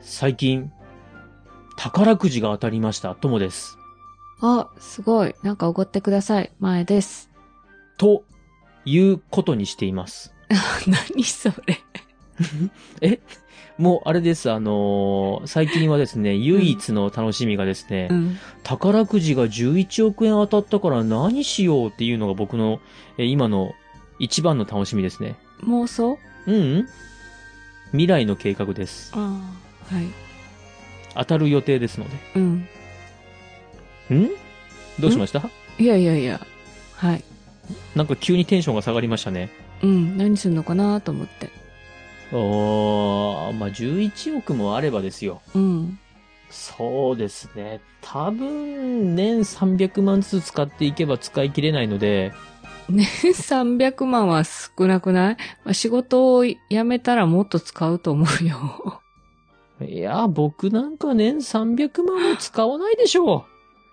最近、宝くじが当たりました。ともです。あ、すごい。なんかおごってください。前です。 ということにしています。何それ。もうあれです、あのー最近はですね、唯一の楽しみがですね、うん。宝くじが11億円当たったから何しようっていうのが僕の、えー今の一番の楽しみですね。妄想うん、うん、未来の計画です。ああ。はい。当たる予定ですのうん。で。んどうしましたいやいやいや。はい。なんか急にテンションが下がりましたね。うん。何するのかなと思って。おー、まあ、11億もあればですよ。うん。 そうですね。多分、年300万ずつ使っていけば使い切れないので、ね、300万は少なくない、まあ、仕事を辞めたらもっと使うと思うよ。 いや、僕なんか年300万も使わないでしょう。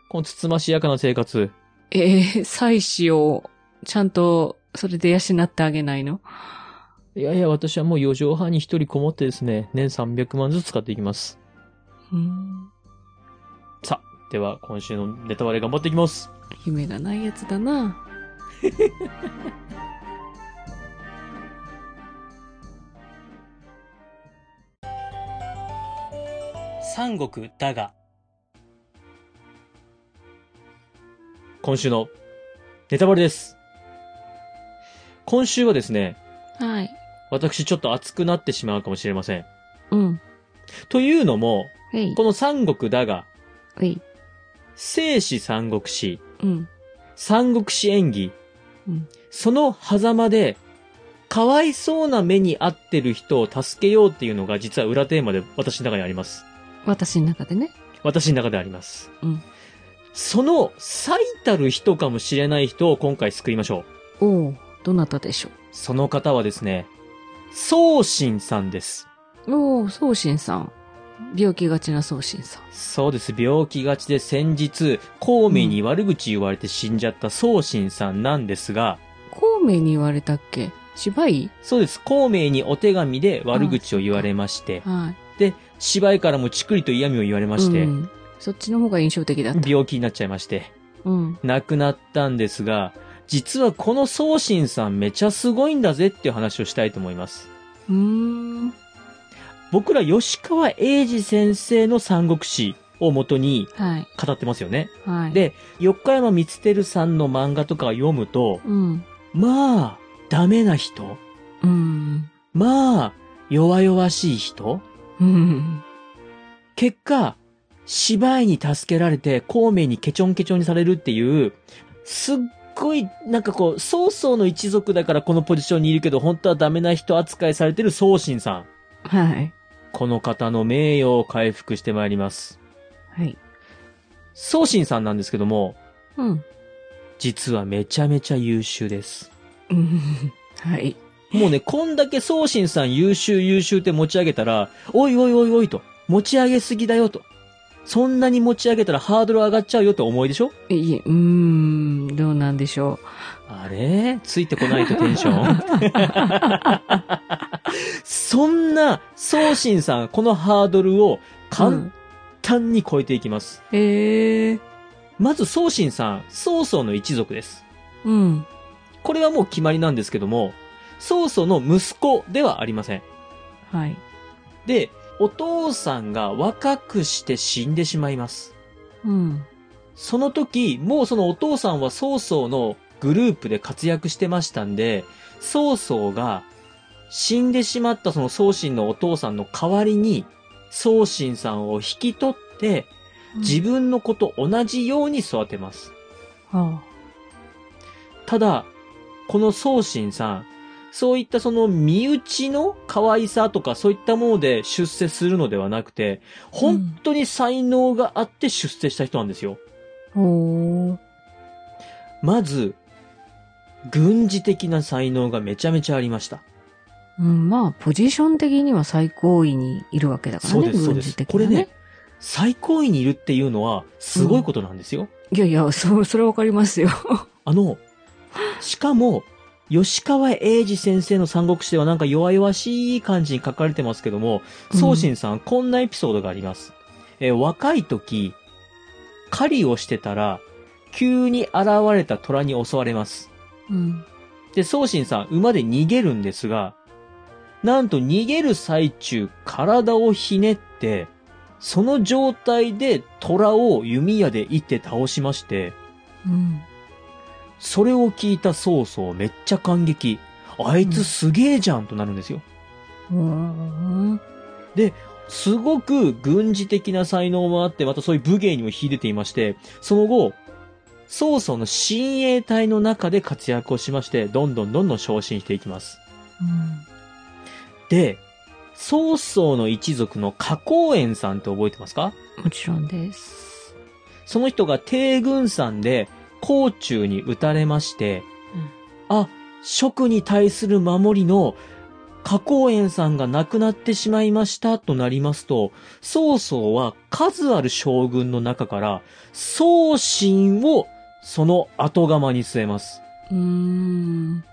このつつましやかな生活。えー、妻子をちゃんとそれで養ってあげないのいやいや、私はもう4畳半に1人こもってですね、年300万ずつ使っていきます。うん。では、今週のネタバレ頑張っていきます。夢がないやつだな。三国だが。今週のネタバレです。今週はですね、はい。私ちょっと熱くなってしまうかもしれません。うん。というのも、えい。この三国だが、えい。生死三国志、うん。三国志演義、うんその狭間で、かわいそうな目に遭ってる人を助けようっていうのが実は裏テーマで私の中にあります。私の中でね。私の中であります。うんその最たる人かもしれない人を今回救いましょう。おお、どなたでしょその方はですね、宗神さんです。う。おお、宗神さん。病気がちな宗神さん。そうです。病気がちで先日、孔明に悪口言われて死んじゃった宗神さんなんですが、孔明に言われたっけ芝居そうです。孔明にお手紙で悪口を言われまして、はい。で、芝居からもチクリと嫌味を言われまして、うん、そっちの方が印象的だった。病気になっちゃいまして、うん。亡くなったんですが、実はこの宗神さんめちゃすごいんだぜっていう話をしたいと思います。うーん。僕ら吉川英治先生の三国志を元にはい。語ってますよね。はい。、で、横山光輝さんの漫画とかを読むと、うん。まあ、ダメな人。うん。まあ、弱々しい人。うん。結果、芝居に助けられて、孔明にケチョンケチョンにされるっていう、すっごい、なんかこう、曹操の一族だからこのポジションにいるけど、本当はダメな人扱いされてる宗神さん。はい。この方の名誉を回復してまいります。はい。宗神さんなんですけども、うん。実はめちゃめちゃ優秀です。うん。はい。もうね、こんだけ宗神さん優秀優秀って持ち上げたら、おいおいおいおいと、持ち上げすぎだよと。そんなに持ち上げたらハードル上がっちゃうよって思いでしょいえ、うーん、どうなんでしょあれついてこないとテンションそんな宗神さん、このハードルをう。う簡ん、単に超えていきます。ええまず宗神さん、曹操の一族です。うん。これはもう決まりなんですけども、曹操の息子ではありません。はい。で、お父さんが若くして死んでしまいます。うん。その時、もうそのお父さんは曹操のグループで活躍してましたんで、曹操が死んでしまったその宗神のお父さんの代わりに、宗神さんを引き取って、自分の子と同じように育てます。はただ、この宗神さん、そういったその身内の可愛さとかそういったもので出世するのではなくて、本当に才能があって出世した人なんですよ。あ。おー。まず、軍事的な才能がめちゃめちゃありました。うん、まあ、ポジション的には最高位にいるわけだからね、そうです、そう軍で事す。的こにれはね、最高位にいるっていうのはすごいことなんですよ。いやいや、そう、それはわかりますよ。あの、しかも、吉川英治先生の三国志ではなんか弱々しい感じに書かれてますけども、うん宗信さん、こんなエピソードがあります。えー若い時、狩りをしてたら、急に現れた虎に襲われます。うん。で、宗信さん、馬で逃げるんですが、なんと逃げる最中、体をひねって、その状態で虎を弓矢で射って倒しまして、うん。それを聞いた曹操めっちゃ感激。あいつすげえじゃんとなるんですよ。うん。すごく軍事的な才能もあって、またそういう武芸にも秀でていまして、その後、曹操の親衛隊の中で活躍をしまして、どんどんどんどん昇進していきます。で、曹操の一族の花公園さんって覚えてますかもちろんです。その人が帝軍山で甲冑に撃たれまして、あ、職に対する守りの花公園さんが亡くなってしまいましたとなりますと、曹操は数ある将軍の中から、曹信をその後釜に据えます。うーん。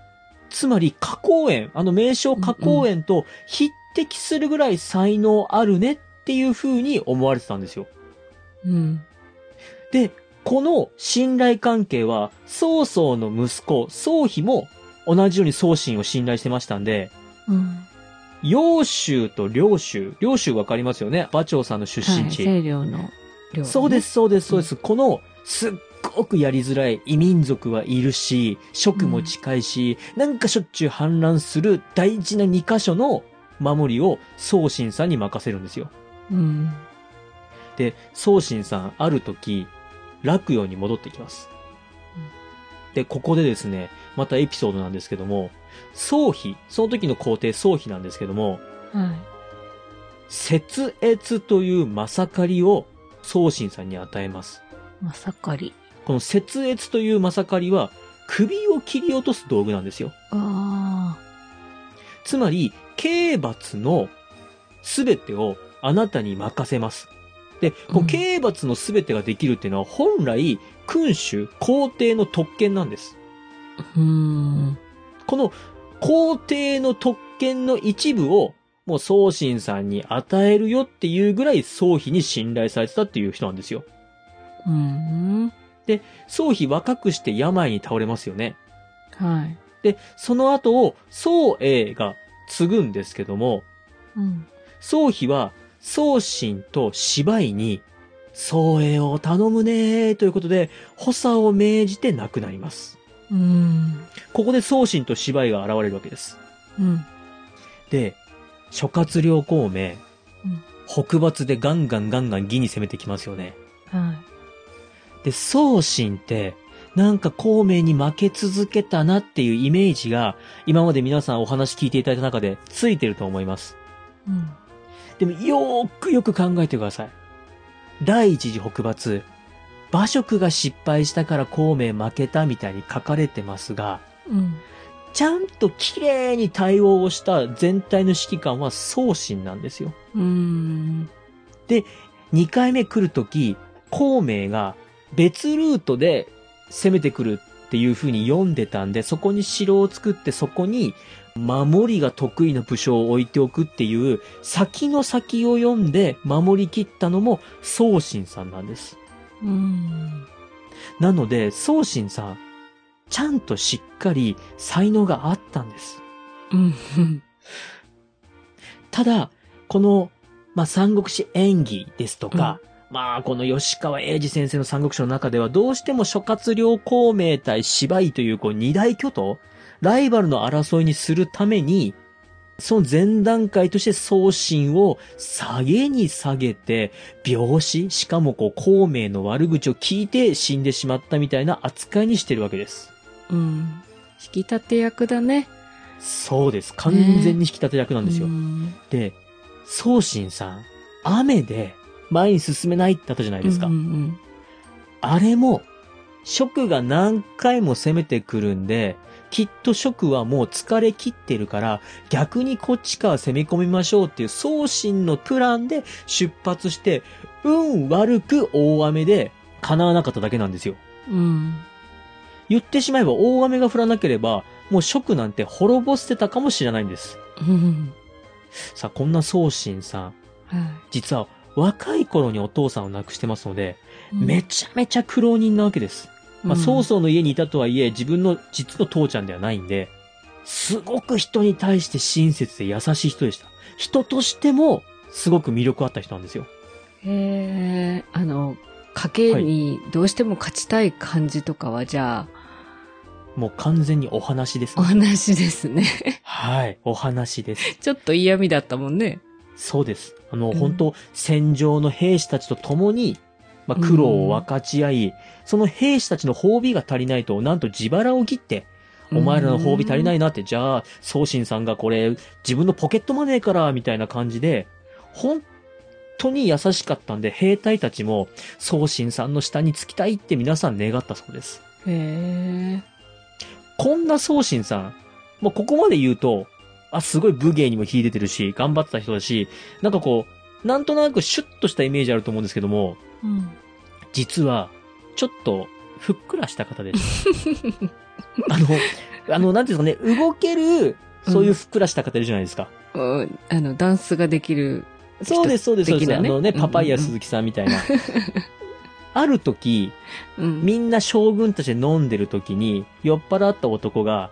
つまり、花公園、あの名称花公園と匹敵するぐらい才能あるねっていう風に思われてたんですよ。うん。で、この信頼関係は、曹操の息子、曹丕も同じように曹信を信頼してましたんで、うん。揚州と領州、領州わかりますよね馬長さんの出は身い。地。清涼の量、そうです、。そうです、そうです。この、すっごくやりづらい異民族はいるし、職も近いし、なんかしょっちゅう反乱する大事な2箇所の守りを曹信さんに任せるんですよ。うん。で、宗信さん、ある時、洛陽に戻ってきますうん。で、ここでですね、またエピソードなんですけども、宗妃、その時の皇帝宗妃なんですけども、はい。節越というまさかりを宗信さんに与えます。まさかり。この節越というまさかりは、首を切り落とす道具なんですよ。あつまり、刑罰のすべてをあなたに任せます。で、こううん刑罰のすべてができるっていうのは、本来、君主、皇帝の特権なんです。あ。うーん。この皇帝の特権の一部を、もう宗信さんに与えるよっていうぐらい、宗妃に信頼されてたっていう人なんですよ。うん。宗妃若くして病に倒れますよね。はい。で、その後を、宗英が継ぐんですけども、うん。宗妃は、宗信と芝居に、宗英を頼むねーということで、補佐を命じて亡くなります。うん。ここで宗信と芝居が現れるわけです。うん。で、諸葛亮孔明、うん北伐でガンガンガンガン義に攻めてきますよね。はい。で、宗信って、なんか孔明に負け続けたなっていうイメージが、今まで皆さんお話聞いていただいた中でついてると思います。うん。でもよーくよく考えてください。第一次北伐、馬謖が失敗したから孔明負けたみたいに書かれてますが、うん。ちゃんと綺麗に対応をした全体の指揮官は宗信なんですよ。うーん。 2回目来るとき、孔明が別ルートで攻めてくるっていう風に読んでたんで、そこに城を作ってそこに守りが得意な武将を置いておくっていう、先の先を読んで守り切ったのも宗信さんなんです。うん。なので、宗信さん、ちゃんとしっかり才能があったんです。うん。ただ、この、まあ、三国志演義ですとか、まあ、この吉川英治先生の三国志の中では、どうしても諸葛亮孔明対芝居という、こう、二大巨頭、ライバルの争いにするために、その前段階として送信を下げに下げて、病死、しかもこう、孔明の悪口を聞いて死んでしまったみたいな扱いにしてるわけです。うん。引き立て役だね。そうです。完全に引き立て役なんですよ。うんで、宗信さん、雨で前に進めないってあったじゃないですか。うんうんあれも、職が何回も攻めてくるんで、きっと職はもう疲れ切ってるから、逆にこっちから攻め込みましょうっていう宗信のプランで出発して、運悪く大雨で叶わなかっただけなんですよ。うん。言ってしまえば大雨が降らなければ、もう蜀なんて滅ぼしてたかもしれないんです。うん。さあ、こんな宗信さん、は実は若い頃にお父さんを亡くしてますので、い。めちゃめちゃ苦労人なわけです。まあ、うん曹操の家にいたとはいえ、自分の実の父ちゃんではないんで、すごく人に対して親切で優しい人でした。人としても、すごく魅力あった人なんですよ。へえ、あの、賭けにどうしても勝ちたい感じとかは、じゃあ、もう完全にお話ですお。話ですね。 はい。お話です。ちょっと嫌味だったもんね。そうです。あの、うん。本当戦場の兵士たちと共に、まあ、苦労を分かち合い、その兵士たちの褒美が足りないと、なんと自腹を切って、お前らの褒美足りないいなって、じゃあ、宗信さんがこれ、自分のポケットマネーから、みたいな感じで、本当に優しかったんで、兵隊たちも、宗信さんの下につきたいって皆さん願ったそうです。へえ。こんな宗信さん、もうここまで言うと、あ、すごい武芸にも秀でてるし、頑張ってた人だし、なんかこう、なんとなくシュッとしたイメージあると思うんですけども、うん。実は、ちょっと、ふっくらした方で した。あの、あの、なんていうんですかね、動ける、そういうふっくらした方いるじゃないですか。うんあの、ダンスができる。そうです、そうです、そうです。的あなねのね、うんうんパパイヤ鈴木さんみたいな。 ある時、うん。みんな将軍たちで飲んでる時に、酔っ払った男が、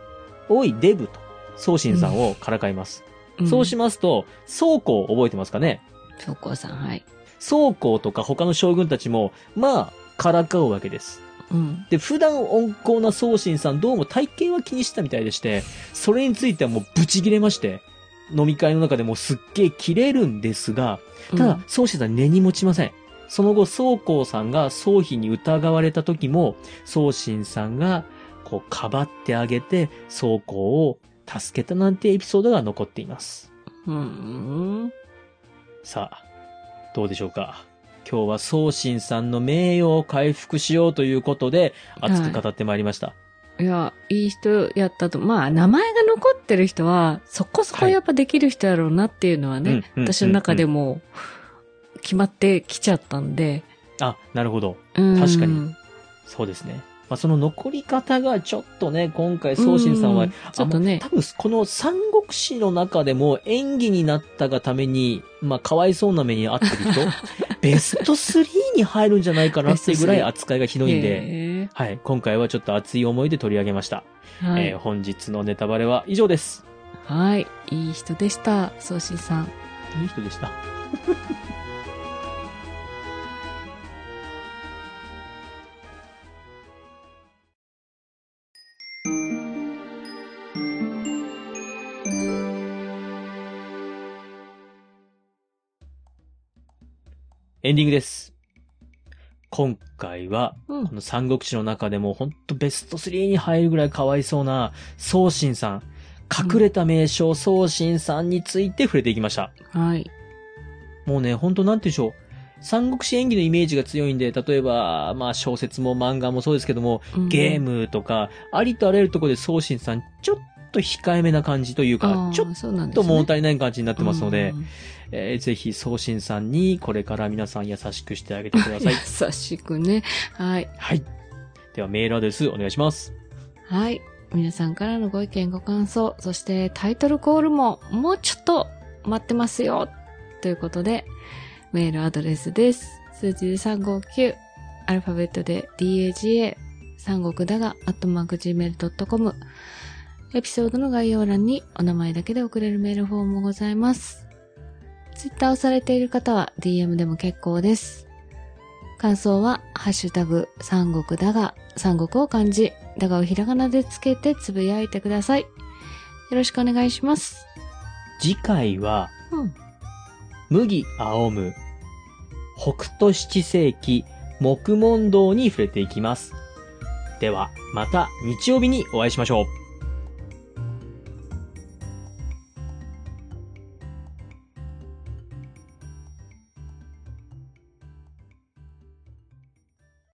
おい、デブと、宗信さんをからかいます。んそうしますと、宗公覚えてますかねそうこうさん、はい。宗公とか他の将軍たちも、まあ、からかうわけです。うん。で、普段温厚な宗信さん、どうも体型は気にしてたみたいでして、それについてはもうブチ切れまして、飲み会の中でもうすっげえ切れるんですが、ただ、宗信さん根に持ちません。その後、宗公さんが宗妃に疑われた時も、宗信さんが、こう、かばってあげて、宗公を助けたなんてエピソードが残っています。うん、うん。さあ、どうでしょうか。今日は宗信さんの名誉を回復しようということで、熱く語ってまいりました。いや、いい人やったと。まあ、名前が残ってる人は、そこそこやっぱできる人やろうなっていうのはね、はいうんうん私の中でも、決まってきちゃったんで。あ、なるほど。うん、確かに。そうですね。まあ、その残り方がちょっとね、今回、宗信さんうはん、ちょっとねあんま多分、この三国志の中でも演技になったがために、まあ、かわいそうな目に遭って る人、ベスト3に入るんじゃないかなっていうぐらい扱いがひどいん で、へはい、今回はちょっと熱い思いで取り上げました。えはい、えー本日のネタバレは以上です。はい。いい人でした、宗信さん。いい人でした。エンディングです。今回は、うんこの三国志の中でもほんとベスト3に入るぐらいかわいそうな、宗信さん。隠れた名称、宗信さんについて触れていきました。はい。もうね、ほんとなんて言うんでしょう。三国志演技のイメージが強いんで、例えば、まあ小説も漫画もそうですけども、うんゲー。ムとか、ありとあらゆるところで宗信さん、ちょっと控えめな感じというかあ、ーちょっそうなんですとね物足りない感じになってますので、うんえーぜひ宗信さんにこれから皆さん優しくしてあげてく ださい。優しくね。はい。はい。ではメールアドレスお願いします。はい。皆さんからのご意見、ご感想、そしてタイトルコールももうちょっと待ってますよということで、メールアドレスです。数字で359、アルファベットで DAGA、三国だが、アットマーク Gmail.com。エピソードの概要欄にお名前だけで送れるメールフォームもございます。ツイッターをされている方は DM でも結構です。感想は、ハッシュタグ、三国だが、三国を漢字、だがをひらがなでつけてつぶやいてください。よろしくお願いします。次回は、うん。麦青む、北斗七世紀、木問答に触れていきます。では、また日曜日にお会いしましょう。